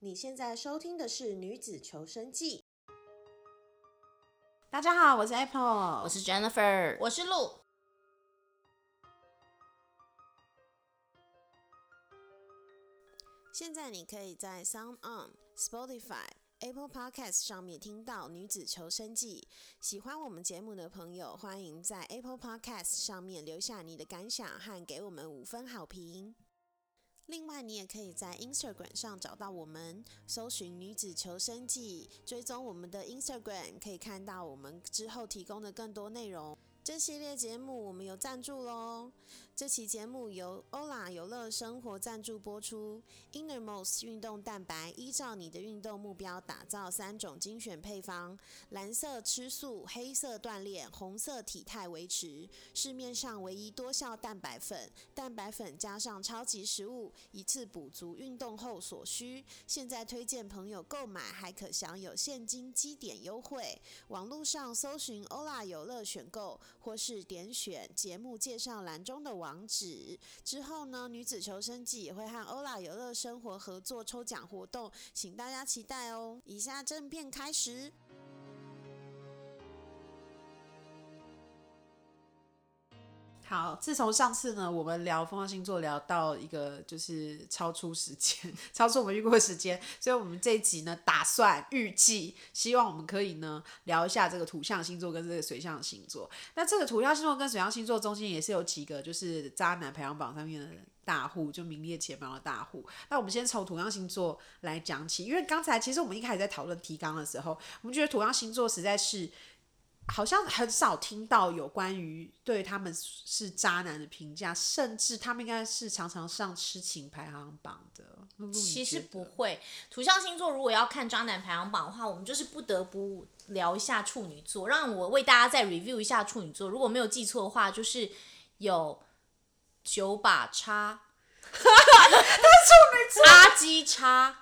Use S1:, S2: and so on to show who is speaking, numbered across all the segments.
S1: 你现在收听的是《女子求生记》。大家好，我是 Apple，
S2: 我是 Jennifer，
S3: 我是鹿。
S1: 现在你可以在 Sound On、Spotify、Apple Podcast 上面听到《女子求生记》。喜欢我们节目的朋友，欢迎在 Apple Podcast 上面留下你的感想和给我们五分好评。另外，你也可以在 Instagram 上找到我们，搜寻“女子求生记”，追踪我们的 Instagram，可以看到我们之后提供的更多内容。这系列节目我们有赞助喽，这期节目由欧拉有乐生活赞助播出。Innermost 运动蛋白依照你的运动目标打造三种精选配方：蓝色吃素，黑色锻炼，红色体态维持。市面上唯一多效蛋白粉，蛋白粉加上超级食物，一次补足运动后所需。现在推荐朋友购买，还可享有现金积点优惠。网络上搜寻欧拉有乐选购，或是点选节目介绍栏中的网址。之后呢，女子求生记也会和欧拉有乐生活合作抽奖活动，请大家期待哦。以下正片开始。
S2: 好，自从上次呢，我们聊风象星座聊到一个就是超出时间， 超出我们预估的时间，所以我们这一集呢，打算预计希望我们可以呢聊一下这个土象星座跟这个水象星座。那这个土象星座跟水象星座中间也是有几个就是渣男排行榜上面的大户，就名列前茅的大户。那我们先从土象星座来讲起，因为刚才其实我们一开始在讨论提纲的时候，我们觉得土象星座实在是。好像很少听到有关于对他们是渣男的评价，甚至他们应该是常常上痴情排行榜的。露露你
S3: 其
S2: 觉
S3: 实
S2: 得
S3: 不会，土象星座如果要看渣男排行榜的话，我们就是不得不聊一下处女座。让我为大家再 review 一下处女座，如果没有记错的话，就是有九把 叉。他是处女座，阿基 叉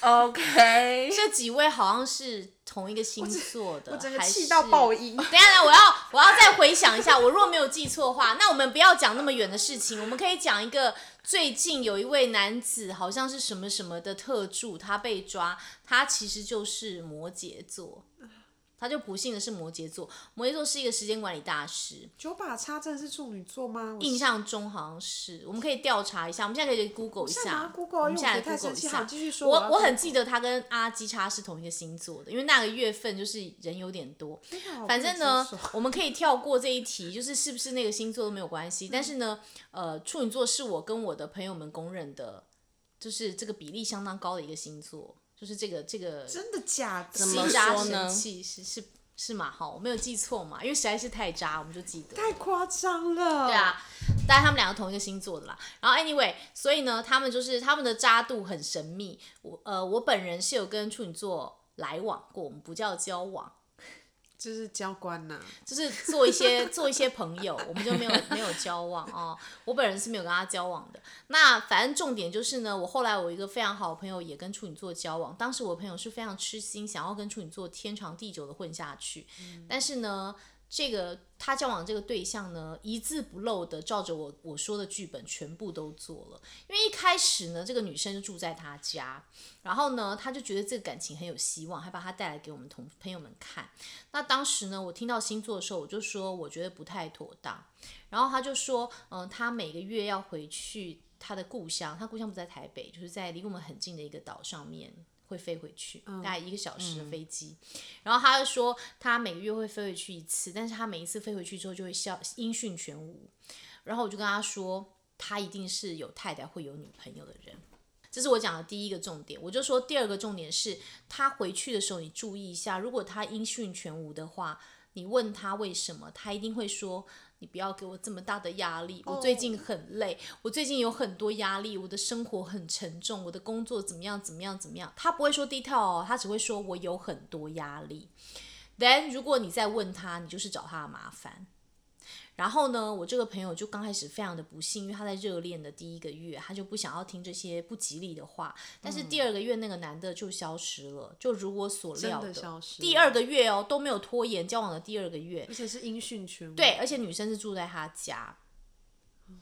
S2: OK，
S3: 这几位好像是同一个星座的，
S2: 我整个
S3: 还
S2: 气
S3: 是
S2: 到爆音。
S3: 等一下，我要我要再回想一下，我若没有记错的话，那我们不要讲那么远的事情，我们可以讲一个最近有一位男子好像是什么什么的特助，他被抓，他其实就是摩羯座，他就不幸的是摩羯座，摩羯座是一个时间管理大师，
S2: 九把叉真的是处女座吗？我
S3: 印象中好像是，我们可以调查一下，我们现在可以 Google 一
S2: 现在马
S3: 下
S2: 上 Google，
S3: 我们
S2: 因为
S3: 现
S2: 我
S3: 在
S2: 觉得太
S3: Google
S2: 生
S3: 一
S2: 气
S3: 下
S2: 好你继续说
S3: 我
S2: 我要
S3: 我很
S2: Google
S3: 记得他跟阿基叉是同一个星座的，因为那个月份就是人有点多，
S2: 哎
S3: 反正呢，我们可以跳过这一题，就是是不是那个星座都没有关系。但是呢，呃，处女座是我跟我的朋友们公认的，就是这个比例相当高的一个星座，就是这个这个
S2: 真的假的？
S3: 吸
S2: 么
S3: 渣
S2: 说
S3: 神
S2: 呢
S3: 器是是是嘛？哈，我没有记错嘛，因为实在是太渣，我们就记得。
S2: 太夸张了。对
S3: 对，啊，但是他们两个同一个星座的啦。然后 anyway，所以呢，他们就是他们的渣度很神秘。我呃，我本人是有跟处女座来往过，我们不叫交往，
S2: 就是教官呐、
S3: 就是做一些做一些朋友，我们就没有没有交往哦。我本人是没有跟他交往的。那反正重点就是呢，我后来我一个非常好的朋友也跟处女座交往，当时我朋友是非常痴心，想要跟处女座天长地久的混下去，但是呢。这个他交往这个对象呢，一字不漏的照着我我说的剧本全部都做了。因为一开始呢，这个女生就住在他家，然后呢，他就觉得这个感情很有希望，还把她带来给我们同朋友们看。那当时呢，我听到星座的时候，我就说我觉得不太妥当。然后他就说，嗯，他每个月要回去他的故乡，他故乡不在台北，就是在离我们很近的一个岛上面。会飞回去，大概一个小时的飞机。然后他就说，他每个月会飞回去一次，但是他每一次飞回去之后就会笑音讯全无。然后我就跟他说，他一定是有太太会有女朋友的人。这是我讲的第一个重点，我就说第二个重点是他回去的时候，你注意一下，如果他音讯全无的话，你问他为什么，他一定会说你不要给我这么大的压力，我最近很累，我最近有很多压力，我的生活很沉重，我的工作怎么样怎么样怎么样，他不会说 detail，哦他只会说我有很多压力。Then 如果你再问他，你就是找他的麻烦。然后呢，我这个朋友就刚开始非常的不幸，因为他在热恋的第一个月，他就不想要听这些不吉利的话。但是第二个月，那个男的就消失了，就如我所料
S2: 真的消失了
S3: 第二个月哦，都没有拖延，交往的第二个月
S2: 而，且是音讯全无。
S3: 对，而且女生是住在他家。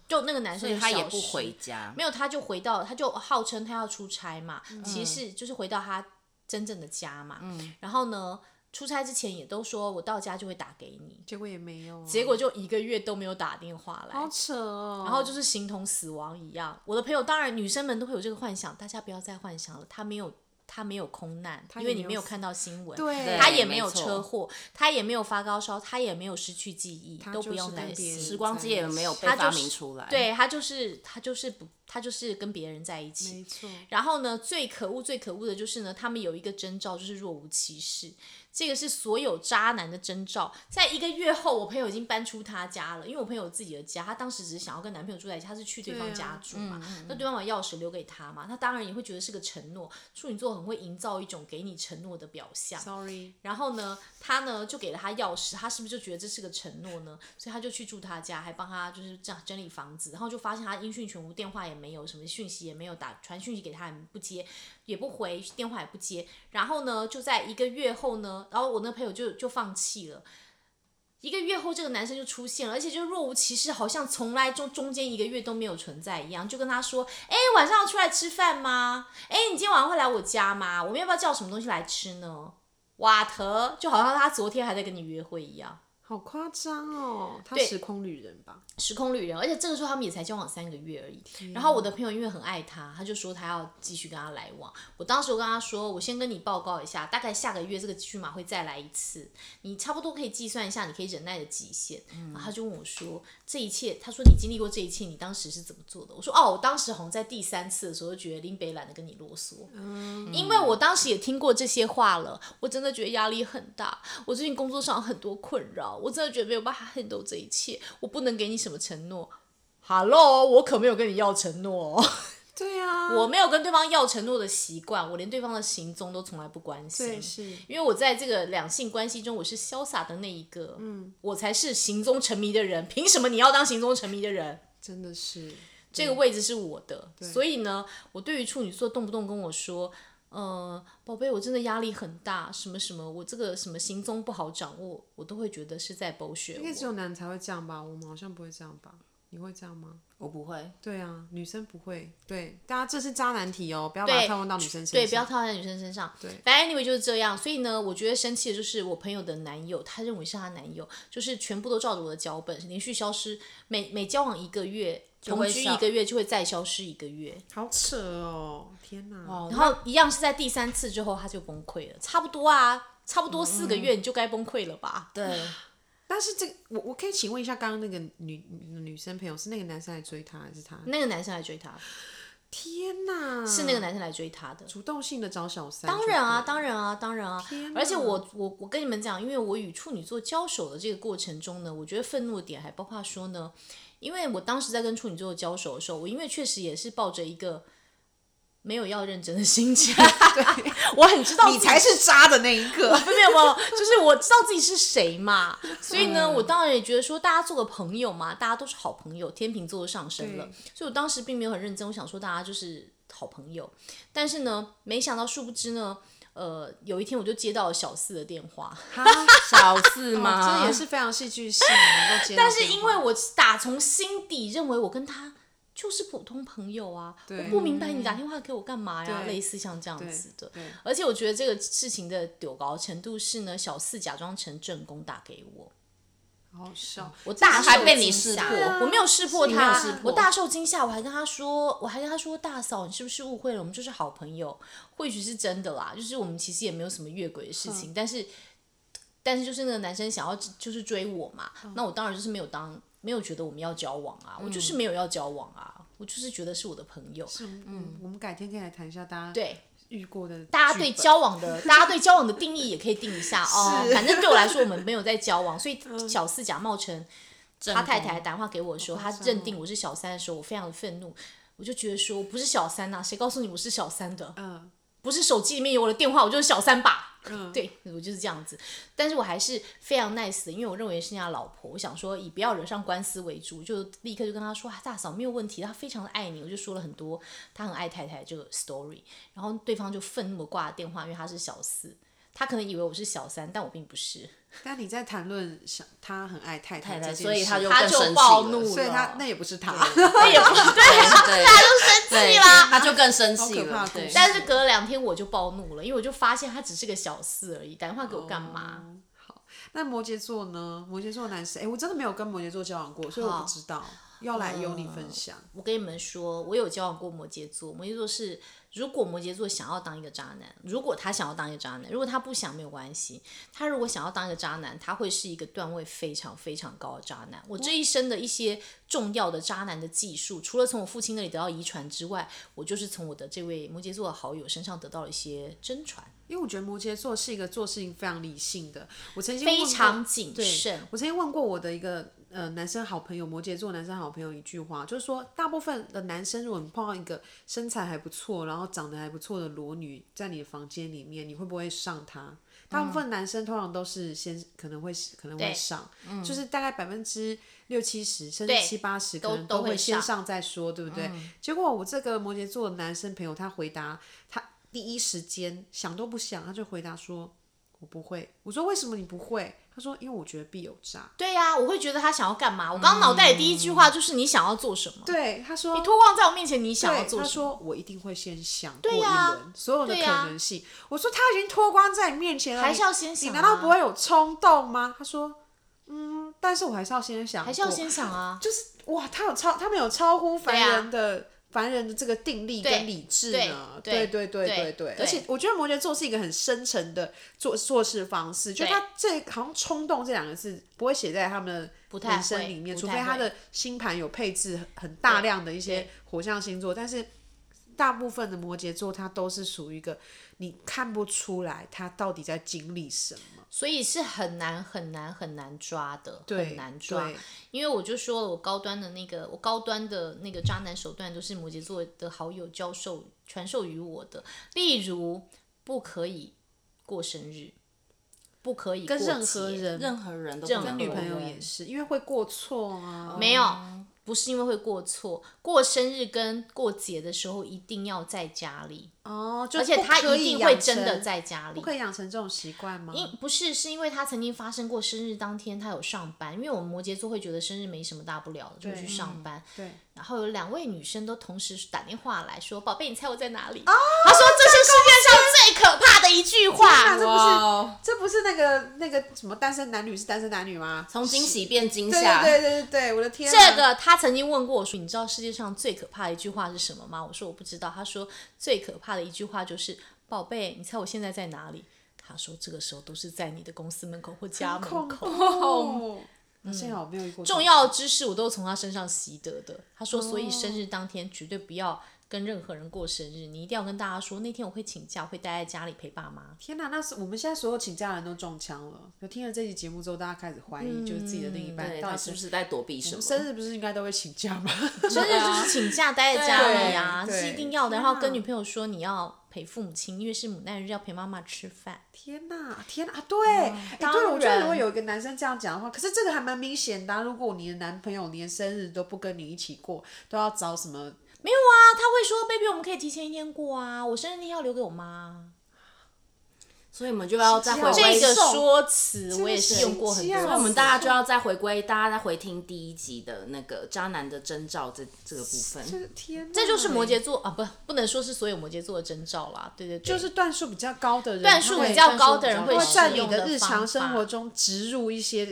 S3: 就那个男
S4: 所
S3: 生
S4: 以他也
S3: 消
S4: 不
S3: 失
S4: 回家，
S3: 没有，他就回到，他就号称他要出差嘛，
S2: 嗯
S3: 其实就是回到他真正的家嘛。然后呢，出差之前也都说我到家就会打给你，
S2: 结果也没有啊、
S3: 结果就一个月都没有打电话来
S2: 好。扯哦。
S3: 然后就是形同死亡一样。我的朋友，当然女生们都会有这个幻想，大家不要再幻想了。他没有，他没有空难，
S2: 他
S3: 因
S2: 也
S3: 为你
S2: 没有
S3: 没有
S2: 死
S3: 看到新闻，
S2: 对
S3: 他也没有
S4: 没错
S3: 车祸，他也没有发高烧，他也没有失去记忆，
S2: 他
S3: 都
S2: 就
S3: 不用
S2: 是
S3: 担
S2: 跟别
S3: 心。
S2: 人
S4: 时光机也没有被
S3: 他就
S4: 发
S3: 是
S4: 明出来。，
S3: 对他就是他就是不他就是跟别人在一
S2: 没
S3: 起。
S2: 错，
S3: 然后呢，最可恶最可恶的就是呢，他们有一个征兆就是若无其事，这个是所有渣男的征兆。在一个月后，我朋友已经搬出他家了，因为我朋友有自己的家，她当时只是想要跟男朋友住在一起，她是去对方
S2: 对啊
S3: 家住嘛，那对方把钥匙留给他嘛，他当然也会觉得是个承诺。处女座很会营造一种给你承诺的表象，
S2: Sorry，
S3: 然后呢，他呢就给了他钥匙，他是不是就觉得这是个承诺呢？所以他就去住他家，还帮他就是这样整理房子，然后就发现他音讯全无，电话也没有，什么讯息也没有打，传讯息给他也不接，也不回，电话也不接。然后呢，就在一个月后呢，然后我那朋友就就放弃了。一个月后，这个男生就出现了，而且就若无其事，好像从来中中间一个月都没有存在一样，就跟他说：“哎，晚上要出来吃饭吗？哎，你今天晚上会来我家吗？我们要不要叫什么东西来吃呢？”瓦特，就好像他昨天还在跟你约会一样。
S2: 好夸张哦，他
S3: 对
S2: 时空旅人吧？
S3: 时空旅人，而且这个时候他们也才交往三个月而已。然后我的朋友因为很爱他，他就说他要继续跟他来往。我当时我跟他说，我先跟你报告一下，大概下个月这个剧码会再来一次，你差不多可以计算一下你可以忍耐的极限。然后他就问我说，这一切，他说你经历过这一切，你当时是怎么做的？我说哦，我当时好像在第三次的时候就觉得林北懒得跟你啰嗦，因为我当时也听过这些话了，我真的觉得压力很大。我最近工作上很多困扰，我真的觉得没有办法 handle 这一切，我不能给你什么承诺。Hello，我可没有跟你要承诺、哦，
S2: 对啊，
S3: 我没有跟对方要承诺的习惯，我连对方的行踪都从来不关
S2: 对
S3: 心。
S2: 是
S3: 因为我在这个两性关系中，我是潇洒的那一个，嗯，我才是行踪沉迷的人。凭什么你要当行踪沉迷的人？
S2: 真的是
S3: 这个位置是我的，所以呢，我对于处女座动不动跟我说，呃，宝贝，我真的压力很大，什么什么，我这个什么行踪不好掌握，我都会觉得是在剥削
S2: 应该只
S3: 我。
S2: 有男才会这样吧？我们好像不会这样吧？你会这样吗？
S4: 我不会。
S2: 对啊，女生不会。对，大家这是渣男题哦，不要把它
S3: 对
S2: 套用到女生身上。
S3: 对，不要套在女生身上。
S2: 对
S3: 反正 anyway 就是这样。所以呢，我觉得生气的就是我朋友的男友，他认为是他男友，就是全部都照着我的脚本，连续消失，每每交往一个月，同
S4: 会
S3: 居
S4: 消
S3: 一个月就会再消失一个月。
S2: 好扯哦！天哪，
S4: 哦
S3: 然后一样是在第三次之后他就崩溃了，差不多啊，差不多四
S2: 嗯
S3: 个月你就该崩溃了吧？
S4: 对，
S2: 但是这个我我可以请问一下，刚刚那个女女女生朋友是那个男生来追她，还是她？
S3: 那个男生来追她，
S2: 天哪，
S3: 是那个男生来追她的。
S2: 主动性的找小三。
S3: 当然啊，，当然啊，当然啊！
S2: 哪
S3: 而且我我我跟你们讲，因为我与处女座交手的这个过程中呢，我觉得愤怒的点还包括说呢，因为我当时在跟处女座交手的时候，我因为确实也是抱着一个没有要认真的心 情，我很知道
S2: 你
S3: 自己
S2: 才是渣的那一个。
S3: 没有没有，就是我知道自己是谁嘛，所以
S2: 嗯
S3: 呢，我当然也觉得说大家做个朋友嘛，大家都是好朋友，天秤座都上升了
S2: 对，
S3: 所以我当时并没有很认真，我想说大家就是好朋友，但是呢，没想到殊不知呢，呃，有一天我就接到了小四的电话，
S4: 小
S3: 哦
S4: 四吗？
S2: 这也是非常戏剧 性，能够接到
S3: 但是
S2: 电
S3: 因
S2: 话
S3: 为我打从心底认为我跟他。就是普通朋友啊，
S2: 对
S3: 我不明白你打电话给我干嘛呀？
S2: 对
S3: 类似像这样
S2: 对
S3: 子的，
S2: 对
S3: 而且我觉得这个事情的丢高程度是呢，小四假装成正宫打给我，
S2: 好笑，
S3: 嗯我大受
S4: 还被你
S3: 惊
S4: 识
S3: 吓
S4: 破
S2: 对啊
S3: 我没有识破
S2: 是你没有
S3: 他
S2: 识，破
S3: 我大受惊吓，我还跟他说，我还跟他说，大嫂，你是不是误会了？我们就是好朋友，或许是真的啦，就是我们其实也没有什么越轨的事
S2: 嗯
S3: 情，但是，但是就是那个男生想要就是追我嘛，
S2: 嗯
S3: 那我当然就是没有当没有觉得我们要交往啊，我就是没有要交往啊，我就是觉得是我的朋友，
S2: 是嗯，我们改天可以来谈一下大家
S3: 对。
S2: 遇过的剧本，
S3: 大家对交往的，大家对交往的定义也可以定一下哦。
S2: 是嗯
S3: 反正对我来说，我们没有在交往，所以小四假冒成他太太打电话给我的时候，他
S2: 张哦
S3: 认定我是小三的时候，我非常的愤怒，我就觉得说我不是小三呐、谁告诉你我是小三的？
S2: 嗯
S3: 不是手机里面有我的电话，我就是小三吧？
S2: 嗯，
S3: 对我就是这样子，但是我还是非常 nice 的，因为我认为是人家老婆，我想说以不要惹上官司为主，就立刻就跟他说啊，大嫂没有问题，他非常的爱你，我就说了很多他很爱太太这个 story，然后对方就愤怒的挂了电话，因为他是小四。他可能以为我是小三，但我并不是，
S2: 但你在谈论想他很爱太
S4: 太
S2: 这
S4: 太，
S2: 件事，
S4: 所以他就
S3: 他
S4: 更
S3: 就
S4: 生气
S3: 暴
S4: 了
S3: 怒
S2: 所以他
S3: 了
S2: 那也不是他，
S3: 那也不是 对 啊，
S4: 对，他就
S3: 生气啦
S4: 他就更生气
S2: 好
S4: 了
S2: 可怕。
S4: 对，
S3: 但是隔了两天我就暴怒了，因为我就发现他只是个小四而已，打电话给我干嘛？
S2: 哦 那摩羯座呢？摩羯座男生，哎、我真的没有跟摩羯座交往过，所以我
S3: 好
S2: 不知道。要来由你分享，
S3: 我跟你们说，我有交往过摩羯座，摩羯座是如果摩羯座想要当一个渣男，如果他想要当一个渣男，如果他不想没有关系，他如果想要当一个渣男，他会是一个段位非常非常高的渣男。我这一生的一些重要的渣男的技术，除了从我父亲那里得到遗传之外，我就是从我的这位摩羯座的好友身上得到了一些真传，
S2: 因为我觉得摩羯座是一个做事情非常理性的。我曾经问
S3: 非
S2: 过
S3: 常谨
S2: 对
S3: 慎。
S2: 我曾经问过我的一个呃男生好朋友，摩羯座男生好朋友一句话，就是说，大部分的男生，如果你碰到一个身材还不错，然后长得还不错的裸女在你的房间里面，你会不会上她？大部分男生通常都是先可能会可能会
S3: 嗯对嗯
S2: 上，就是大概百分之六七十甚至
S3: 对
S2: 七八十，可
S3: 都
S2: 能
S3: 嗯都
S2: 会
S3: 会
S2: 先
S3: 上嗯
S2: 上再说，对不对？结果我这个摩羯座的男生朋友，他回答他第一时间想都不想，他就回答说。我不会。我说为什么你不会？他说因为我觉得必有诈。
S3: 对呀、我会觉得他想要干嘛？我刚刚脑袋里第一句话就是你想要做什么？
S2: 嗯对，他说
S3: 你脱光在我面前，你想要
S2: 对，
S3: 做
S2: 他
S3: 什么？
S2: 说我一定会先想过一
S3: 呀
S2: 轮所有的
S3: 对
S2: 可
S3: 呀
S2: 能性。我说他已经脱光在你面前了，
S3: 还
S2: 你
S3: 是要先想、
S2: 你难
S3: 啊？
S2: 道不会有冲动吗？他说嗯，但是我还是要先想过，
S3: 还是要先想啊？
S2: 就是哇，他有超他们有超乎凡
S3: 对啊
S2: 人的、凡人的这个定力
S3: 对
S2: 跟理智
S3: 对
S2: 呢。
S3: 对
S2: 对对对
S3: 对
S2: 对，
S3: 对
S2: 而且我觉得摩羯座是一个很深沉的做做事方式，就
S3: 对
S2: 他这好像冲动这两个字不会写在他们的
S3: 太
S2: 人生
S3: 会
S2: 里面，
S3: 不
S2: 除非
S3: 太
S2: 他
S3: 会
S2: 的星盘有配置很很大
S3: 对
S2: 量的一些
S3: 对
S2: 火象星座，但是。大部分的摩羯座，他都是属于一个你看不出来他到底在经历什么，
S3: 所以是很难很难很难抓的，
S2: 对，
S3: 很难抓
S2: 对。
S3: 因为我就说了，我高端的那个，我高端的那个渣男手段都是摩羯座的好友教授传授于我的，例如不可以过生日，不可以
S2: 跟
S3: 过
S2: 任何
S3: 节
S2: 人
S4: 任何人都
S3: 任
S4: 不
S3: 何
S2: 跟女朋友
S4: 能
S2: 也是，因为会过错啊。
S3: 啊没有，不是因为会过错，过生日跟过节的时候一定要在家里，
S2: 哦，就
S3: 而且
S2: 不
S3: 他
S2: 可
S3: 一
S2: 以
S3: 定
S2: 养
S3: 会真的
S2: 成
S3: 在家里
S2: 不。可以养成这种习惯吗？
S3: 因不是，是因为他曾经发生过生日当天他有上班，因为我们摩羯座会觉得生日没什么大不了的，就
S2: 对
S3: 去上班。
S2: 对，
S3: 然后有两位女生都同时打电话来说：“宝贝，你猜我在哪
S2: 哦
S3: 里？”他说这是世界上最可怕的一句
S2: 那
S3: 话。
S2: 这不
S4: 哇
S2: 是
S4: 哦
S2: 这不是那个那个什么单身男女是单身男女吗？
S4: 从惊喜变惊
S2: 对
S4: 吓，
S2: 对对对对，我的天啊，
S3: 这个他曾经问过我说：“你知道世界上最可怕的一句话是什么吗？”我说：“我不知道。”他说：“最可怕的一句话就是‘宝贝，你猜我现在在哪里？’”他说：“这个时候都是在你的公司门口或家门
S2: 恐
S3: 口。”嗯
S2: 怖。幸好我没有遇过这种
S3: 重要的知识我都是从他身上习得的。他说，所以生日当天绝对不要跟任何人过生日，你一定要跟大家说，那天我会请假，会待在家里陪爸妈。
S2: 天哪，那是我们现在所有请假的人都中枪了。就听了这期节目之后，大家开始怀疑，就是自己的另一
S3: 嗯
S2: 半
S4: 对
S2: 到
S4: 他
S2: 底
S4: 是不是在躲避什么？
S2: 生日不是应该都会请假吗？
S3: 生日就是请假待在家里啊，
S2: 啊对对
S3: 是一定要的。然后
S2: 天
S3: 跟
S2: 哪
S3: 女朋友说你要陪父母亲，因为是母难日，要陪妈妈吃饭。
S2: 天呐，天呐啊！对，哎、对，我觉得
S4: 然
S2: 如果有一个男生这样讲的话，可是这个还蛮明显的啊、如果你的男朋友连生日都不跟你一起过，都要找什么？
S3: 啊，他会说，baby，我们可以提前一天过啊，我生日那天要留给我妈。
S4: 所以我们就要再回
S2: 这
S4: 归
S3: 这
S2: 个
S3: 个
S2: 送
S3: 说辞我也是
S2: 是
S3: 用过很
S2: 这
S3: 多
S2: 样
S4: 所
S3: 次
S4: 以我们大家就要再回归，大家再回听第一集的那个渣男的征兆这这个部
S2: 就
S4: 分。
S2: 是天，
S3: 这就是摩，羯座啊，不，不能说是所有摩羯座的征兆啦。对对对，
S2: 就是段数比较高的人，
S3: 段数
S2: 他会
S3: 比较高的人
S2: 他
S3: 会
S2: 会在
S3: 使
S2: 你
S3: 用的
S2: 的日常
S3: 方
S2: 生
S3: 法
S2: 活中植入一些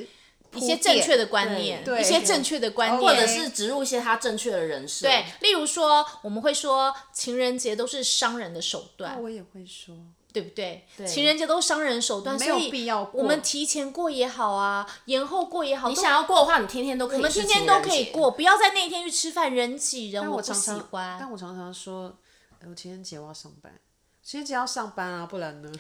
S2: 一
S3: 一些正确的观
S4: 对
S3: 念，
S2: 对
S3: 一些正确的观念，
S4: 或者是植入一些他正确的人设，
S3: 对，例如说，我们会说情人节都是商人的手段，
S2: 我也会说，
S3: 对不哦对？情人节都是商人的手段，
S2: 没有
S3: 所以
S2: 必要过
S3: 我们提前过也好啊，延后过也好，
S4: 你
S3: 都
S4: 想要过的话，你天天都可以。
S3: 我们天天都可以。过，不要在那一天去吃饭，人挤人，
S2: 但
S3: 我
S2: 我
S3: 不
S2: 常
S3: 喜
S2: 常，
S3: 欢
S2: 但。我常常说，哎我情人节我要上班，情人节要上班啊，不然呢？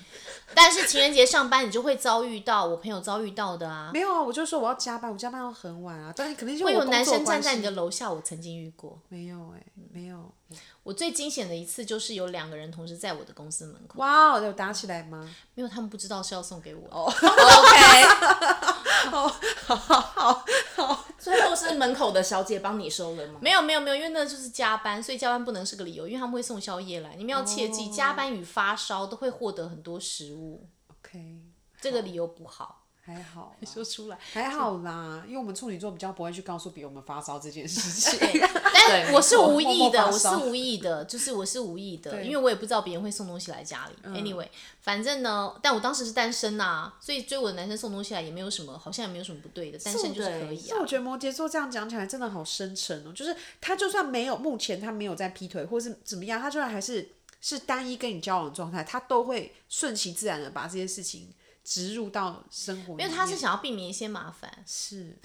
S3: 但是情人节上班，你就会遭遇到我朋友遭遇到的啊，
S2: 没有啊，我就说我要加班，我加班要很晚啊，但是肯定就
S3: 会
S2: 我
S3: 有
S2: 工
S3: 男
S2: 作
S3: 生
S2: 关
S3: 站在
S2: 系
S3: 你的楼下，我曾经遇过。
S2: 没有哎、
S3: 嗯
S2: 没有。
S3: 我最惊险的一次就是有两个人同时在我的公司门口，
S2: 哇哦，有打起来吗？
S3: 没有他们不知道是要送给我的。
S2: 哦
S4: OK，最后是门口的小姐帮你收了吗？
S3: 没有没有没有，因为那就是加班，所以加班不能是
S2: 哦
S3: 个理由，因为他们会送宵夜来。你们要切记，加班与发烧都会获得很多食物。
S2: OK，
S3: 这个理由不好，
S2: 还好啦，
S3: 说出来。
S2: 还好啦，因为我们处女座比较不会去告诉比我们发烧这件事 情。
S3: 哎 但我是
S2: 错
S3: 无意的，
S2: 默默发
S3: 我是
S2: 烧
S3: 无意的，就是我是无意的，
S2: 对嗯
S3: 因为我也不知道别人会送东西来家里。Anyway，反正呢，但我当时是单身呐、所以追我的男生送东西来也没有什么，好像也没有什么不对的，单身就是可以
S4: 是的
S3: 啊
S2: 那。我觉得摩羯座这样讲起来真的好深沉哦，就是他就算没有目前他没有在劈腿或是怎么样，他就算还是是单一跟你交往的状态，他都会顺其自然的把这些事情植入到生活里面。
S3: 因为他是想要嗯避免一些麻烦，
S2: 是，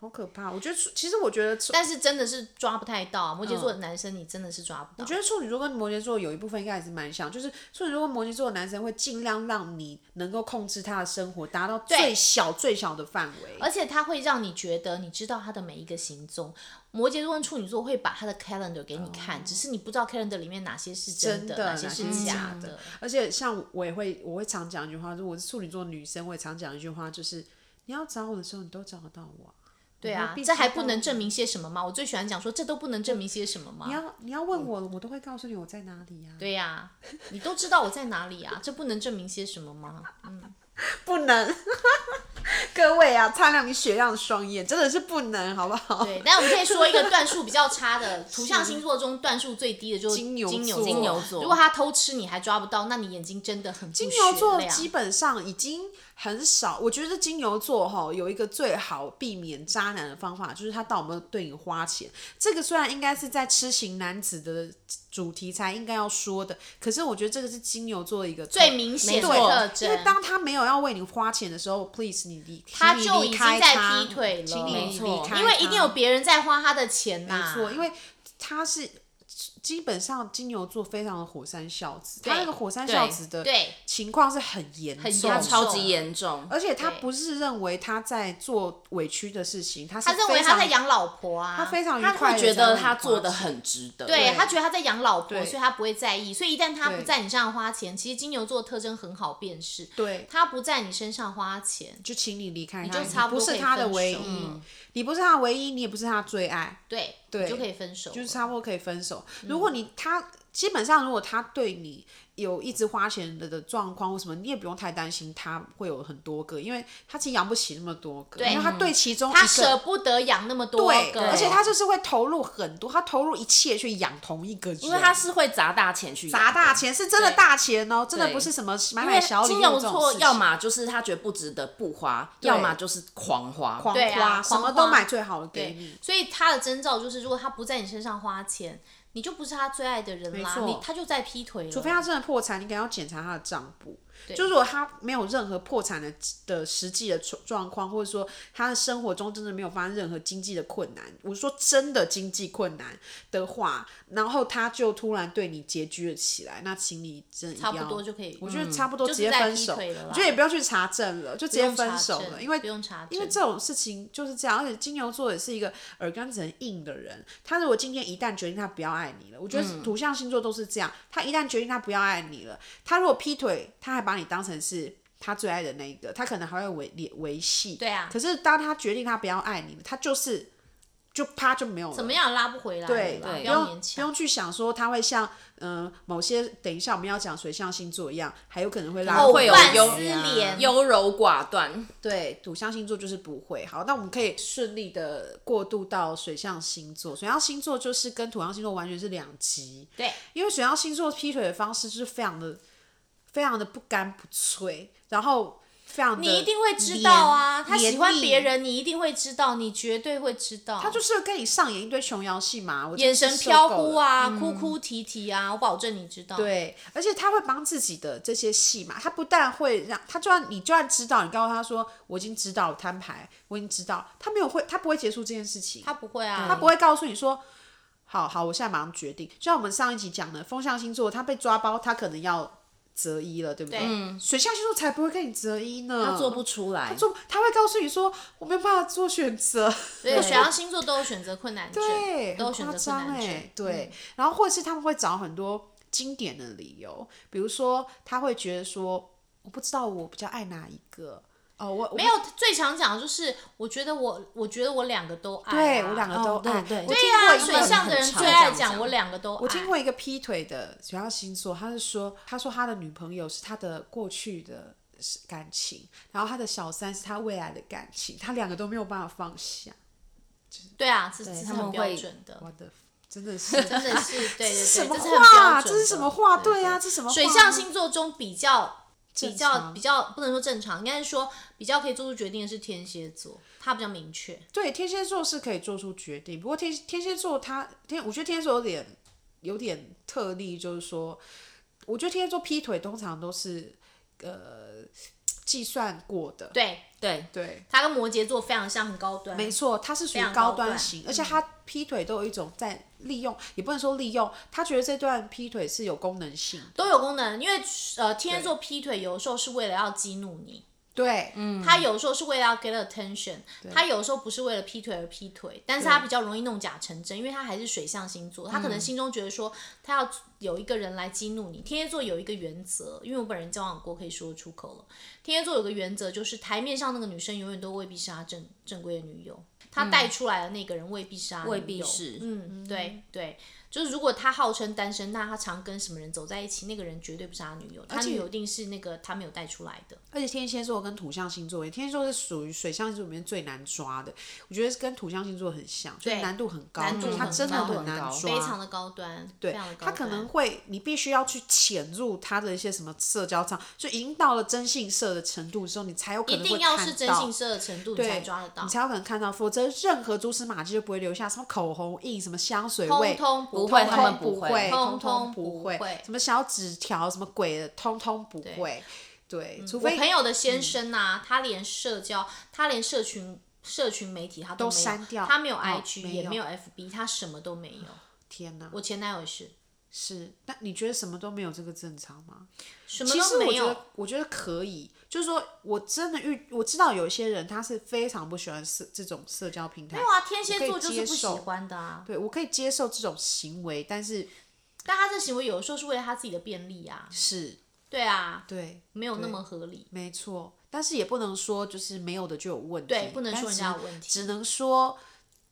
S2: 好可怕。我觉得处其实我觉得处
S3: 但是真的是抓不太到啊、摩羯座的男生，你真的是抓不
S2: 嗯
S3: 到。
S2: 我觉得处女座跟摩羯座有一部分应该还是蛮像，就是处女座跟摩羯座的男生会尽量让你能够控制他的生活，达到最小最小的范围。
S3: 而且它会让你觉得你知道他的每一个行踪。摩羯座跟处女座会把他的 calendar 给你看，只是你不知道 calendar 里面哪些是真
S2: 哦真的
S3: 哪些
S2: 哪
S3: 是
S2: 些是
S3: 假
S2: 假的
S3: 的。
S2: 而且像我也会，我会常讲一句话，就我是处女座女生，我也常讲一句话，就是你要找我的时候，你都找得到我啊。
S3: 对啊
S2: 何必，
S3: 这
S2: 知
S3: 还不
S2: 道
S3: 能
S2: 呢
S3: 证明些什么吗？我最喜欢讲说这都不能证明些什么
S2: 你
S3: 吗？
S2: 要你要问我，我都会告诉你我在哪里呀、啊。
S3: 对呀、你都知道我在哪里啊，这不能证明些什么吗？
S2: 不能， 各位啊，擦亮你雪亮的双眼，真的是不能，好不好？
S3: 对，但我们可以说一个段数比较差的， 图像星座中段数最低的就是
S2: 金牛
S3: 金牛
S2: 座
S4: 金牛座
S3: 如果他偷吃你还抓不到，那你眼睛真的很金
S2: 金牛座基本上已经很少，我觉得金牛座哈有一个最好避免渣男的方法，就是他到底有没有对你花钱。这个虽然应该是在痴情男子的主题才应该要说的，可是我觉得这个是金牛座的一个
S3: 最明显的
S2: 对
S3: 特
S2: 因为
S3: 征。
S2: 当他没有要为你花钱的时候，please 你离
S3: 他
S2: 请你
S3: 就
S2: 离
S3: 已经
S2: 开
S3: 在
S2: 他
S3: 劈腿了
S2: 请
S4: 没
S2: 你
S4: 错
S2: 离开他，
S3: 因为一定有别人在花他的钱呐、
S2: 没错，因为他是基本上金牛座非常的火山孝子，他那个火山孝子的
S3: 对
S2: 情况是很严
S3: 很
S2: 重
S3: 严
S2: 的，
S4: 他超
S3: 重
S4: 级严重，
S2: 而且他
S3: 对
S2: 不是认为他在做委屈的事情，他是
S3: 他认为
S2: 非
S3: 他
S2: 常
S3: 在养老婆啊，
S2: 他非常愉
S4: 他
S2: 快
S4: 会
S2: 地
S4: 觉
S2: 在
S4: 得
S2: 为
S4: 他
S2: 你
S4: 做
S2: 花
S4: 的
S2: 钱
S4: 很值得。啊
S3: 对
S2: 对
S3: 他觉得他在养老婆，
S2: 对
S3: 所以他不会在意。所以一旦他
S2: 对
S3: 不在你身上花钱，其实金牛座特征很好辨识，
S2: 对，
S3: 他不在你身上花钱，
S2: 就请你离开他，
S3: 就
S2: 你
S3: 差不
S2: 不
S3: 多
S2: 是
S3: 可以
S2: 他的
S3: 分
S2: 唯
S3: 手
S2: 一
S3: 嗯，
S2: 你不是他的唯一，你也不是他的最爱，
S3: 对，嗯
S2: 对
S3: 你就可以分手了，
S2: 就是差不多可以分手。如果你他基本上，如果他对你有一直花钱的的状况或什么，你也不用太担心他会有很多个，因为他其实养不起那么多个，因为他对其中一
S3: 嗯他
S2: 个
S3: 舍不得养那么多
S2: 对，
S3: 个，
S2: 而且他就是会投入很多，他投入一切去养同一个人，因
S4: 因为他是会砸大钱去
S2: 砸
S4: 养的
S2: 大钱，是真的大钱哦，真的
S4: 对
S2: 不是什么买
S4: 因
S2: 买
S4: 为
S2: 小礼
S4: 哎金
S2: 物
S4: 牛
S2: 这种
S4: 座
S2: 事情。
S4: 要么就是他觉得不值得不花，要么就是狂花。
S2: 狂
S3: 对啊
S2: 花，什么
S3: 狂
S2: 都
S3: 花
S2: 买最好的给
S3: 对
S2: 你，，
S3: 所以他的征兆就是，如果他不在你身上花钱，你就不是他最爱的人啦，
S2: 错
S3: 你他就在劈腿了。
S2: 除非他真的破产，你可能要检查他的账簿。就如果他没有任何破产的的实际的状状况，或者说他的生活中真的没有发生任何经济的困难，我说真的经济困难的话，然后他就突然对你拮据了起来，那请你真的一定
S3: 差
S2: 要
S3: 不多就可以，嗯
S2: 我觉得差不多
S3: 就
S2: 直接
S3: 是在
S2: 分
S3: 劈
S2: 手，
S3: 腿了啦
S2: 我觉得也不要去查证了，就直
S3: 不
S2: 接
S3: 用
S2: 分
S3: 查
S2: 手
S3: 证
S2: 了，因为
S3: 不用查证，
S2: 因为这种事情就是这样，而且金牛座也是一个耳根子很硬的人。他如果今天一旦决定他不要爱你了，我觉得
S3: 嗯
S2: 土象星座都是这样。他一旦决定他不要爱你了，他如果劈腿，他还把你当成是他最爱的那一个，他可能还会维维维系。
S3: 对啊
S2: 可是当他决定他不要爱你了，他就是就啪就没有了。
S3: 怎么样拉不回来了啦，
S2: 对，
S3: 不
S2: 不
S3: 要
S2: 用
S3: 勉
S2: 不
S3: 强
S2: 用。去想说他会像嗯、呃某些等一下我们要讲水象星座一样，还有可能会拉
S3: 哦
S4: 后
S2: 回
S4: 会有
S2: 来
S3: 藕
S4: 忧
S3: 断丝连，
S4: 优柔寡断，
S2: 啊对，土象星座就是不会。好，那我们可以顺利的过渡到水象星座。水象星座就是跟土象星座完全是两极，
S3: 对，
S2: 因为水象星座劈腿的方式就是非常的、非常的不干不脆，然后非常的
S3: 你一定会知道啊，
S2: 黏
S3: 他喜欢别。
S2: 黏腻
S3: 人，你一定会知道，你绝对会知道。他
S2: 他就是跟你上演一堆琼瑶戏嘛，我真
S3: 眼
S2: 是
S3: 神
S2: 受
S3: 飘
S2: 够
S3: 忽
S2: 了嗯
S3: 啊，哭哭啼啼啊，我保证你知道。，
S2: 对，而且他会帮自己的这些戏嘛，他不但会让他就算你就算知道，你告诉他说我已经知道我摊牌，我已经知道，他没有会，他不会结束这件事情，
S3: 他不会啊，
S2: 他不会告诉你说，好好，我现在马上决定。就像我们上一集讲的，风象星座他被抓包，他可能要择一了，对不对？
S3: 对
S2: 水象星座才不会跟你择一呢，
S4: 他做不出来。
S2: 啊做不，他会告诉你说我没有办法做选择，
S3: 对，水象星座都有选择困难症，
S2: 对，
S3: 都有
S2: 很
S3: 选
S2: 夸
S3: 择困
S2: 张
S3: 难症嗯
S2: 哎，。对，然后或者是他们会找很多经典的理由，比如说他会觉得说我不知道我比较爱哪一个，哦，我
S3: 没有，最常讲的就是，我觉得我，我觉得我两个都爱、啊，
S2: 对我两个都
S4: 哦对
S2: 爱。
S4: 对
S2: 我
S4: 对
S2: 听
S3: 对
S2: 过
S3: 啊，
S2: 一
S3: 水
S2: 个
S3: 象的人
S4: 很常
S3: 最爱
S4: 这样
S3: 讲
S4: 讲
S3: 我两个都爱。
S2: 我听过一个劈腿的水象星座，他是说，他说他的女朋友是他的过去的感情，然后他的小三是他未来的感情，他两个都没有办法放下。
S3: 对啊，这这是
S4: 他们
S3: 很标
S4: 会
S3: 准的，
S2: 我的真的是啊
S3: 真的是对对对，
S2: 什么
S3: 这是很标
S2: 话？
S3: 准
S2: 这
S3: 的
S2: 是什么话？
S3: 对
S2: 对啊，这是什么话
S3: 水象星座中比较比
S2: 正
S3: 较
S2: 常
S3: 比较不能说正常，应该是说比较可以做出决定的是天蝎座，他比较明确。
S2: 对天蝎座是可以做出决定，不过天天蝎座他天，我觉得天蝎座有点有点特例，就是说，我觉得天蝎座劈腿通常都是呃计算过的，
S3: 对
S4: 对，
S2: 对，
S3: 他跟摩羯座非常像，很高端。
S2: 没错，他是属于
S3: 非常
S2: 高
S3: 高端嗯
S2: 端型，而且他劈腿都有一种在利用，也不能说利用，他觉得这段劈腿是有功能性的，
S3: 都有功能，因为呃，天蝎座劈腿有时候是为了要激怒你，
S2: 对，嗯，
S3: 他有时候是为了要 get attention，他有时候不是为了劈腿而劈腿，但是他比较容易弄假成真，因为他还是水象星座，他可能心中觉得说他要有一个人来激怒你。天蝎座有一个原则，因为我本人交往过，可以说出口了。天蝎座有个原则就是台面上那个女生永远都未必是他正正规的女友，他带出来的那个人未必是他
S4: 未
S3: 女
S4: 必
S3: 友
S4: 是
S3: 嗯，对对。就是如果他号称单身，那他常跟什么人走在一起，那个人绝对不是他女友，他
S2: 且
S3: 女友一定是那个他没有带出来的。
S2: 而且天蝎座跟土象星座，天蝎座是属于水象星座里面最难抓的，我觉得跟土象星座很像，就是
S3: 对
S2: 难度很高，
S3: 难度
S2: 就是它
S3: 嗯很
S2: 真的
S3: 高
S2: 很难
S4: 难度很
S2: 抓，
S3: 非常的高端，非
S2: 对
S3: 常的，高
S2: 他
S3: 端。
S2: 可能会，你必须要去潜入他的一些什么社交账，就已经到了征信社的程度之后，你才有可
S3: 一
S2: 能会
S3: 定要是
S2: 看
S3: 真
S2: 到
S3: 性。色的程度，你
S2: 对，
S3: 才抓得到
S2: 你，才有可能看到，否则任何蛛丝马迹就不会留下什么口红印、什么香水味，
S3: 通通不
S2: 通
S3: 会
S2: 通
S3: 他们
S2: 不
S4: 不会
S2: 通通
S3: 通通不
S2: 会
S3: 会，
S2: 什么小纸条、什么鬼的，通通不会，对，除
S3: 嗯我
S2: 非
S3: 朋友的
S2: 嗯
S3: 先生啊，他连社交，他连社群社群媒体他都
S2: 都
S3: 没有
S2: 删掉
S3: 他没有
S2: 哦
S3: IG，、
S2: 没
S3: 也
S2: 有
S3: 没有 FB，他什么都没有。
S2: 天哪，
S3: 我前男友也是
S2: 是，那你觉得什么都没有这个正常吗？
S3: 什么
S2: 其实我
S3: 都没
S2: 觉得
S3: 有，，
S2: 我觉得可以，就是说我真的遇，我知道有一些人他是非常不喜欢社这种社交平台，
S3: 没有啊，天蝎
S2: 可以
S3: 座就是
S2: 接
S3: 不喜
S2: 受
S3: 欢的啊。
S2: 对我可以接受这种行为，但是
S3: 但他这行为有的时候是为了他自己的便利啊，
S2: 是
S3: 对啊，
S2: 对，
S3: 没有那么合理。
S2: 没错，但是也不能说就是没有的就有问题，
S3: 对不能
S2: 但
S3: 说人
S2: 只
S3: 家有问题
S2: 只能说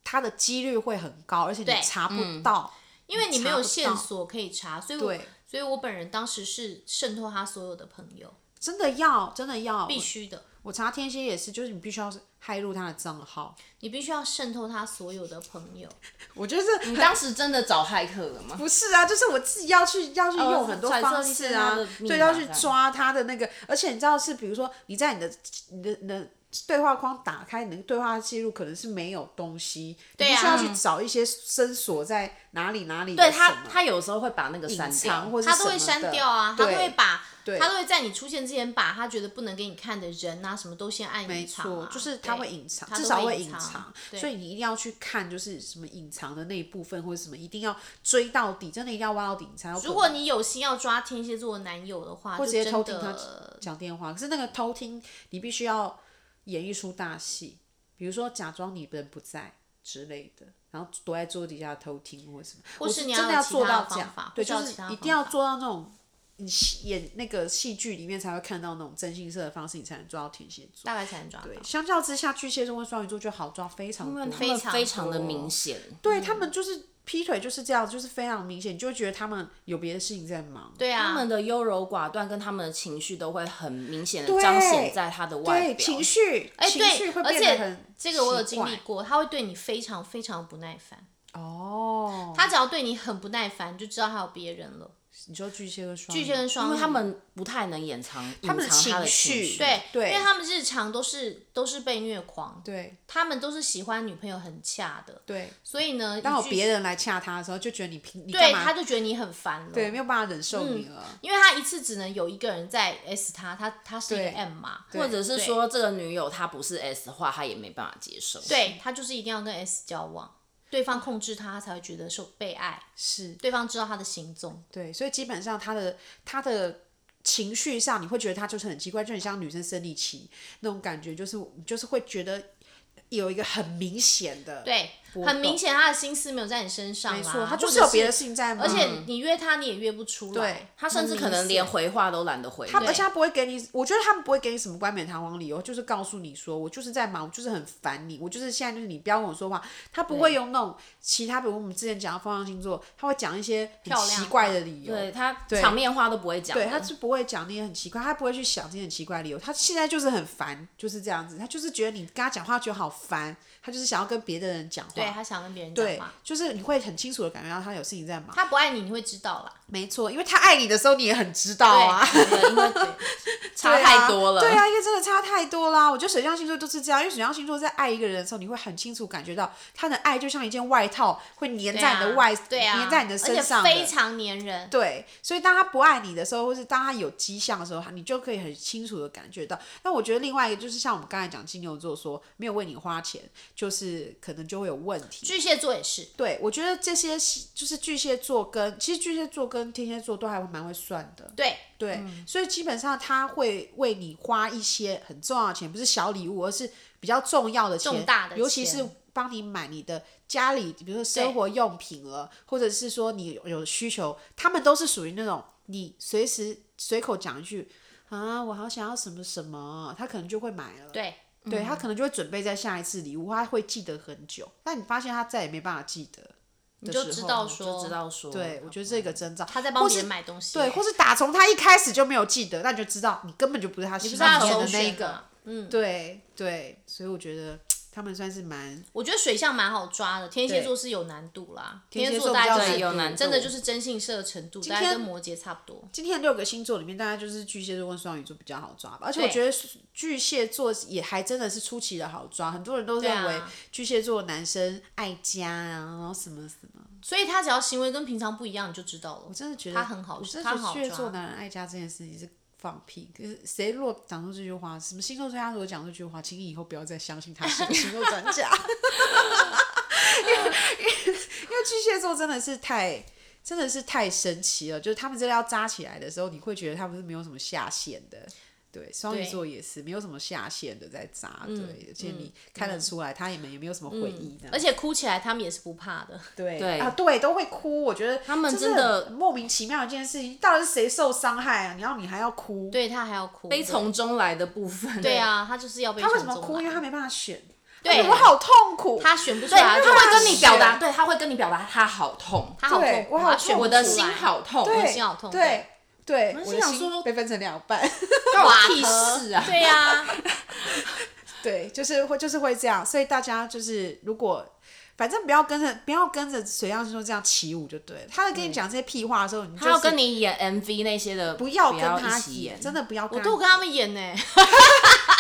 S2: 它的几率会很高，而且
S3: 对
S2: 你查不到，
S3: 因为你没
S2: 查不
S3: 有线
S2: 到
S3: 索可以查，所以我
S2: 对，
S3: 所以我本人当时是渗透他所有的朋友，
S2: 真的要真的要
S3: 必
S2: 我
S3: 须的，
S2: 我查天蝎也是，就是你必须要骇入他的账号，
S3: 你必须要渗透他所有的朋友。
S2: 我觉得这
S4: 你当时真的找骇客了吗？
S2: 不是啊，就是我自己要去要去
S4: 哦
S2: 用很多
S4: 揣测
S2: 方
S4: 一些
S2: 式
S4: 他
S2: 啊
S4: 的，密
S2: 对，
S4: 码
S2: 要去
S4: 这样
S2: 抓他的那个，而且你知道是，比如说你在你的你的你的对话框打开，你的对话记录可能是没有东西，
S3: 对
S2: 你必须
S3: 啊
S2: 要去找一些绳索在哪里哪里的
S4: 对
S2: 什
S4: 他
S2: 么，
S4: 他有时候会把那个删
S2: 隐
S4: 掉
S2: 藏，或是
S3: 嗯他都
S2: 什
S3: 会
S2: 么
S3: 删
S2: 的
S3: 掉啊，他都
S2: 对
S3: 会把，
S2: 对
S3: 他都会在你出现之前把他觉得不能给你看的人啊，什么都先按
S2: 没
S3: 隐藏、
S2: 错
S3: 啊，，
S2: 就是
S3: 他
S2: 他会隐藏，
S3: 他
S2: 至
S3: 都
S2: 少
S3: 会
S2: 会
S3: 隐
S2: 隐
S3: 藏
S2: 藏，
S3: 对
S2: 所以你一定要去看，就是什么隐藏的那一部分或者什么，一定要追到底，真的一定要挖到底，你才要可
S3: 如果
S2: 能
S3: 你有心要抓天蝎座的男友的话，就
S2: 或直接偷听
S3: 真
S2: 他
S3: 的
S2: 讲电话。可是那个偷听，你必须要演一出大戏，比如说假装你人不在之类的，然后躲在桌底下偷听或什么，
S3: 或
S2: 我
S3: 是
S2: 是
S3: 你
S2: 真
S3: 要
S2: 的
S3: 有
S2: 要
S3: 其
S2: 做
S3: 他
S2: 到
S3: 的
S2: 这
S3: 方
S2: 样
S3: 法，
S2: 对，
S3: 或是要
S2: 就
S3: 有
S2: 是
S3: 其他的
S2: 一
S3: 方
S2: 定要
S3: 法
S2: 做到那种。你戏演那个戏剧里面才会看到那种真性色的方式，你才能抓到天蝎座
S3: 大。概才能抓到。
S2: 对，相较之下，巨蟹座跟双鱼座就好抓非常多，
S4: 他们
S3: 常
S4: 非常的
S3: 多
S4: 明显，
S2: 对
S3: 嗯
S2: 他们就是劈腿就是这样，就是非常明显，你就会觉得他们有别的事情在忙。
S3: 对啊，
S4: 他们的优柔寡断跟他们的情绪都会很明显的
S2: 对
S4: 彰显在他的外
S2: 对，
S4: 表，
S2: 情绪，
S3: 哎
S2: 情绪
S3: 对，
S2: 会
S3: 而
S2: 变得
S3: 且
S2: 很
S3: 这个我有经历
S2: 奇怪
S3: 过，他会对你非常非常不耐烦。
S2: 哦。
S3: 他只要对你很不耐烦，你就知道他有别人了。
S2: 你说巨蟹跟双
S3: 巨蟹跟双鱼，
S4: 因为他们不太能掩藏
S2: 他们
S4: 隐
S2: 的
S4: 藏他的
S2: 情绪
S4: 绪，
S3: 对，
S2: 对
S3: 因为他们日常都是都是被虐狂，
S2: 对
S3: 他们都是喜欢女朋友很恰的，
S2: 对，
S3: 所以呢，
S2: 当有
S3: 一句
S2: 别人来掐他的时候，就觉得你凭你
S3: 对
S2: 干嘛？
S3: 他就觉得你很烦了，
S2: 对，没有办法忍受你了。
S3: 因为他一次只能有一个人在 S 他，他他是一个
S2: 对
S3: M 嘛，
S2: 对
S4: 或者是说这个女友她不是 S 的话，她也没办法接受。
S3: 对他就是一定要跟 S 交往，对方控制他，他才会觉得受被爱，
S2: 是
S3: 对方知道他的行踪，
S2: 对，所以基本上他的他的情绪上，你会觉得他就是很奇怪，就很像女生生理期那种感觉，就是就是会觉得有一个很明显的
S3: 对。
S2: 波
S3: 很明
S2: 动，
S3: 显他的心思没有在你身上啦，啊
S2: 没错，他就
S3: 或
S2: 是
S3: 者
S2: 有别的事情在忙，
S3: 而且你约他你也约不出来，
S2: 对
S4: 他甚至可能连回话都懒得回。
S2: 他
S4: 对
S2: 而且他不会给你，我觉得他们不会给你什么冠冕堂皇理由，就是告诉你说我就是在忙，我就是很烦你，我就是现在就是你不要跟我说话。他不会用那种其他，比如我们之前讲到风象星座，他会讲一些很
S3: 漂亮
S2: 奇怪的理由。
S4: 对他场面话都不会讲的，
S2: 对，他是不会讲那些很奇怪，他不会去想这些很奇怪的理由。他现在就是很烦，就是这样子。他就是觉得你跟他讲话觉得好烦，他就是想要跟别的人讲话。
S3: 对他想跟别人
S2: 对
S3: 讲话，
S2: 就是你会很清楚的感觉到他有事情在忙。
S3: 他不爱你你会知道啦，
S2: 没错，因为他爱你的时候，你也很知道
S3: 对
S2: 啊。
S3: 对，因为对
S4: 差太多了。
S2: 对啊，因为真的差太多啦。我觉得水象星座就是这样，因为水象星座在爱一个人的时候，你会很清楚感觉到他的爱就像一件外套，会粘在你的外，
S3: 对啊，
S2: 粘在你的身上的，
S3: 而且非常粘人。
S2: 对，所以当他不爱你的时候，或是当他有迹象的时候，你就可以很清楚的感觉到。那我觉得另外一个就是像我们刚才讲金牛座说没有为你花钱，就是可能就会有问题。
S3: 巨蟹座也是，
S2: 对，我觉得这些是就是巨蟹座跟其实巨蟹座跟天蝎座都还蛮会算的。
S3: 对嗯
S2: 对，所以基本上他会为你花一些很重要的钱，不是小礼物，而是比较重要的钱，
S3: 重大的
S2: 尤其是
S3: 钱
S2: 帮你买你的家里，比如说生活用品了，或者是说你有有需求，他们都是属于那种你随时随口讲一句啊，我好想要什么什么，他可能就会买了。
S3: 对，嗯
S2: 对，他可能就会准备在下一次礼物，他会记得很久。但你发现他再也没办法记得，你
S3: 就知道说哦
S4: 就知道说，
S2: 对，我觉得这个征兆，
S3: 他在
S2: 或
S3: 帮别
S2: 是
S3: 人买东西，欸
S2: 对，或是打从他一开始就没有记得，那你就知道你根本就不是他心
S3: 不
S2: 里
S3: 是他
S2: 面
S3: 的首
S2: 的那
S3: 选
S2: 一个
S3: 嘛。。嗯，
S2: 对对，所以我觉得他们算是蛮
S3: 我觉得水象蛮好抓的，天蝎
S2: 对
S3: 座是有难度啦，
S2: 天
S3: 蝎
S2: 蝎
S3: 座
S2: 座
S3: 大
S2: 比
S3: 家
S2: 较
S3: 就是
S4: 对有难度
S3: 真的就是真性色的程度，大概
S2: 天
S3: 跟摩羯差不多。
S2: 今天的六个星座里面，大概就是巨蟹座跟双鱼座比较好抓吧。而且我
S3: 对
S2: 觉得巨蟹座也还真的是出奇的好抓，很多人都
S3: 对啊
S2: 认为巨蟹座的男生爱家啊，然后什么什么，
S3: 所以他只要行为跟平常不一样，你就知道了。
S2: 我真的觉得
S3: 他很好
S2: 我真
S3: 他
S2: 的
S3: 很
S2: 觉得
S3: 好
S2: 巨蟹座
S3: 抓
S2: 男人爱家这件事情是。放屁！可是谁若讲出这句话，什么星座专家如果讲这句话，请你以后不要再相信他是个星座专家。 巨蟹座真的是太真的是太神奇了，就是他们真的要扎起来的时候，你会觉得他们是没有什么下限的。对，双鱼
S3: 对嗯
S2: 座也是没有什么下限的在扎，对，而且你看得出来，他也没也没有什么回忆的，
S3: 而且哭起来他们也是不怕的，
S2: 对
S4: 对
S2: 啊，对，都会哭。我觉得他
S4: 们真的
S2: 莫名其妙的一件事情，到底是谁受伤害啊？然后你还要哭，
S3: 对他还要哭，
S4: 悲从中来的部分，
S3: 对，啊，他就是要被
S2: 他为什么
S3: 从中
S2: 哭？因为
S3: 来
S2: 他没办法选，
S3: 对
S2: 哎我好痛苦，
S3: 他选不出
S4: 对，
S3: 来，
S4: 他会跟你表达，
S2: 选
S4: 对，他会跟你表达他好痛，
S3: 他好
S2: 对
S3: 痛苦，
S2: 我好
S3: 他选
S2: 痛
S3: 不
S4: 我的
S3: 出
S4: 心
S3: 来
S4: 好痛，
S2: 对
S3: 我心好痛
S2: 对对，我
S4: 心
S2: 的
S4: 想
S2: 心
S4: 说
S2: 被分成两半。
S4: 关
S3: 哇
S4: 我屁事啊！
S3: 对呀、啊，
S2: 对，就是会就是会这样，所以大家就是如果反正不要跟着不要跟着水象星座这样起舞就对了。他在跟你讲这些屁话的时候，你就
S4: 他要
S2: 是
S4: 跟你演 MV 那些的，
S2: 不
S4: 不
S2: 要跟他
S4: 一起演，
S2: 真的不要
S3: 我
S2: 跟他
S3: 都跟他们演呢、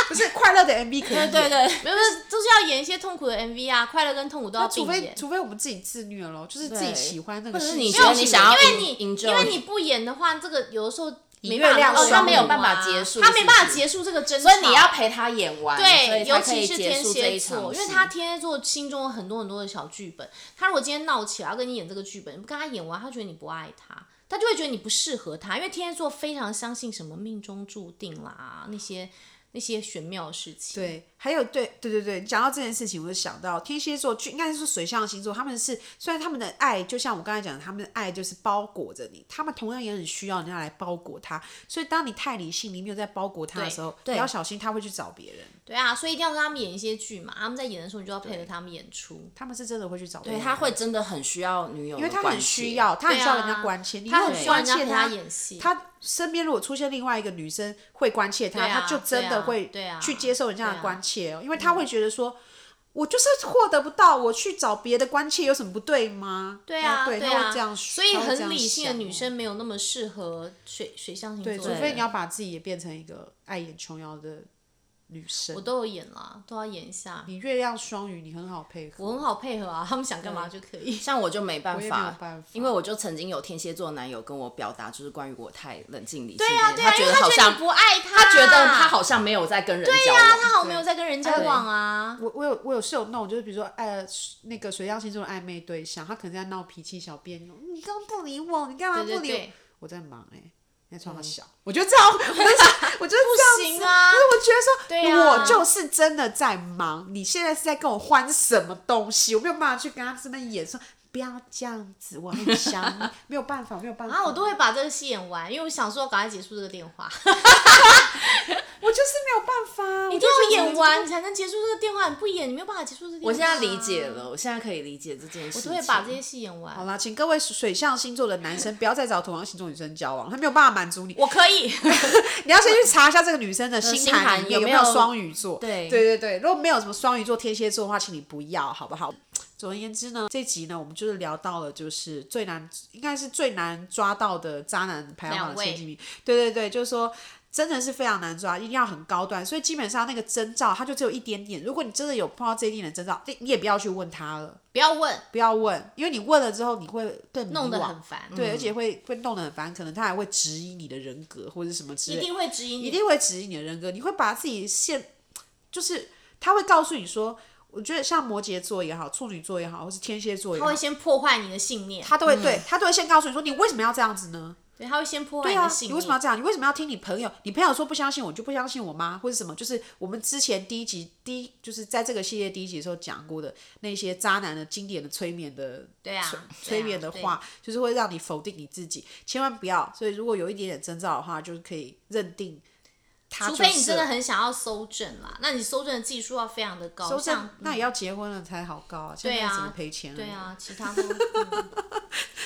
S2: 不是快乐的 MV 可以
S4: 对对
S2: 演，
S4: 对，
S3: 没有，就是要演一些痛苦的 MV 啊，快乐跟痛苦都要
S2: 那除
S3: 并
S2: 非
S3: 演。
S2: 除非我们自己自虐咯，就是自己
S4: 对
S2: 喜欢那个
S4: 或者
S2: 事
S4: 是
S2: 情，
S4: 你
S3: 没
S4: 觉
S3: 有
S4: 得你想要
S3: 因为
S4: en-
S3: 你
S4: enjoy
S3: 因为你不演的话，这个有的时候没
S2: 月
S3: 办法
S2: 亮
S3: 哦，他
S2: 双
S3: 没有
S2: 鱼
S3: 办法
S4: 啊
S3: 结束，
S4: 是
S3: 他
S4: 不
S3: 没办法
S4: 是
S3: 结束这个争吵，
S4: 所以你要陪他演完，所
S3: 对，
S4: 以
S3: 尤
S4: 才可以
S3: 其是
S4: 结
S3: 天
S4: 束这
S3: 蝎
S4: 一场
S3: 座，因
S4: 戏
S3: 为他天蝎座心中有很多很多的小剧本。他如果今天闹起来要跟你演这个剧本，你不跟他演完，他觉得你不爱他，他就会觉得你不适合他。因为天蝎座非常相信什么命中注定啦，那些那些玄妙的事情。，
S2: 对，还有对对对对，你讲到这件事情，我就想到天蝎座，就应该是说水象星座，他们是虽然他们的爱，就像我刚才讲的，他们的爱就是包裹着你，他们同样也很需要人家来包裹他。所以当你太理性，你没有在包裹他的时候，你要小心他会去找别人，
S3: 对啊，所以一定要跟他们演一些剧嘛。他们在演的时候，你就要配合他们演出。
S2: 他们是真的会去找别
S4: 对
S2: 人。
S4: 他会真的很需要女友的
S2: 因为
S4: 关切，
S2: 他很需要，他很需要人家关切，你
S3: 啊他
S2: 如
S3: 很
S2: 果
S3: 需要
S2: 关
S3: 人家
S2: 切
S3: 陪他演戏。
S2: 他身边如果出现另外一个女生会关切他，
S3: 对啊
S2: 他就真的会
S3: 对啊对啊
S2: 去接受人家的关切哦，因为他会觉得说。我就是获得不到，我去找别的关切有什么不对吗？哎
S3: 对啊，
S2: 对，
S3: 对
S2: 他
S3: 啊，
S2: 会这样，
S3: 所以
S2: 他会这
S3: 很
S2: 样
S3: 理性的
S2: 想
S3: 女
S2: 哦，
S3: 生没有那么适合水水象星座
S2: 对，
S3: 的
S2: 除
S3: 人。
S2: 非你要把自己也变成一个爱演琼瑶的女生
S3: 我。都有演啦，都要演一下。
S2: 你月亮双鱼，你很好配合，
S3: 我很好配合啊，他们想干嘛就可以。
S4: 像我就没办
S2: 我也没有
S4: 法，
S2: 办法
S4: 因为我就曾经有天蝎座男友跟我表达，就是关于我太冷静理性，
S3: 对啊，对啊，
S4: 他觉
S3: 因为
S4: 得好
S3: 觉得
S4: 像
S3: 你不爱他，啊
S4: 他觉得他好像没有在跟人交往，
S3: 他好像没有在跟人交往啊。
S2: 我我有我有是有弄，就是比如说呃那个水象星座的暧昧对象，他可能在闹脾气、小别扭，你刚不理我，你干嘛
S3: 对
S2: 不理
S3: 对
S2: 我？
S3: 对，
S2: 我在忙哎、那窗好小，我觉得这样，我就是我就是这样
S3: 不
S2: 子
S3: 行啊
S2: 可是我觉得说，
S3: 对啊
S2: 我就是真的在忙，你现在是在跟我欢什么东西？我没有办法去跟他这边演说，不要这样子，我很想你，没有办法，没有办法。
S3: 啊，我都会把这个戏演完，因为我想说赶快结束这个电话。
S2: 我就是没有办法，
S3: 一
S2: 我
S3: 定
S2: 就是
S3: 要演完，你才能结束这个电话，你不演你没有办法结束这个电话。
S4: 我现在理解，了，我现在可以理解这件事
S3: 我
S4: 情。
S3: 都会把这些戏演
S2: 好
S3: 完。
S2: 啦，请各位水象星座的男生不要再找同样星座女生交往，他没有办法满足你。
S3: 我可以，
S2: 你要先去查一下这个女生的
S4: 呃星
S2: 盘
S4: 盘
S2: 里面
S4: 有
S2: 有没
S4: 没
S2: 有
S4: 有
S2: 双鱼座。
S4: 对
S2: 对对对，如果没有什么双鱼座、天蝎座的话，请你不要，好不好？总而言之呢，这集呢，我们就是聊到了，就是最难，应该是最难抓到的渣男排行榜
S3: 两
S2: 的
S3: 位
S2: 前几名。对对对，就是说。真的是非常难抓，一定要很高端，所以基本上那个征兆它就只有一点点。如果你真的有碰到这一点的征兆，你你也不要去问他了，
S3: 不要问，
S2: 不要问，因为你问了之后你会更迷
S3: 弄得
S2: 惘
S4: 嗯
S3: 很烦。嗯
S2: 对，而且会会弄得很烦，可能他还会质疑你的人格或者是什么之
S3: 一
S2: 类的
S3: 定会指引你，
S2: 一定会指引你的人格，你会把自己陷，就是他会告诉你说，我觉得像摩羯座也好，处女座也好，或是天蝎座也
S3: 他
S2: 好嗯
S3: 会，先破坏你的信念，
S2: 他都会对他都会先告诉你说，你为什么要这样子呢？
S3: 对，他会先破坏
S2: 对
S3: 你
S2: 啊
S3: 的，信
S2: 你
S3: 念。
S2: 为什么要这样？你为什么要听你朋友？你朋友说不相信我，就不相信我吗？或者什么？就是我们之前第一集第一，就是在这个系列第一集的时候讲过的那些渣男的经典的催眠的
S3: 对啊
S2: 催
S3: 对啊
S2: 催眠的话，就是会让你否定你自己，千万不要。所以如果有一点点征兆的话，就是可以认定他
S3: 除
S2: 就是了。
S3: 非你真的很想要搜证啦，那你搜证的技术要非常的高，
S2: 都这样
S3: 像
S2: 那也要结婚了才好高啊！现
S3: 对
S2: 在
S3: 啊
S2: 怎么赔钱？
S3: 对，啊，其他都、嗯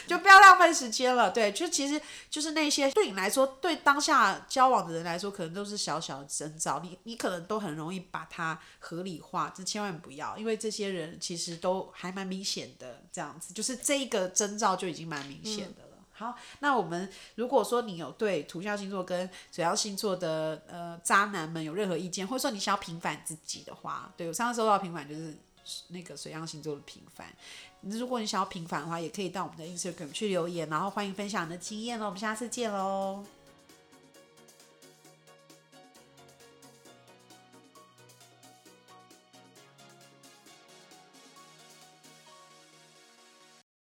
S2: 就不要浪费时间了。对，就其实就是那些对你来说，对当下交往的人来说，可能都是小小的征兆，你你可能都很容易把它合理化，这千万不要，因为这些人其实都还蛮明显的，这样子就是这一个征兆就已经蛮明显的了。好，那我们如果说你有对土象星座跟水象星座的呃渣男们有任何意见，或者说你想要平反自己的话，对我上次收到平反就是那个水象星座的平反。如果你想要平反的话，也可以到我们的 Instagram 去留言，然后欢迎分享你的经验喽。我们下次见喽。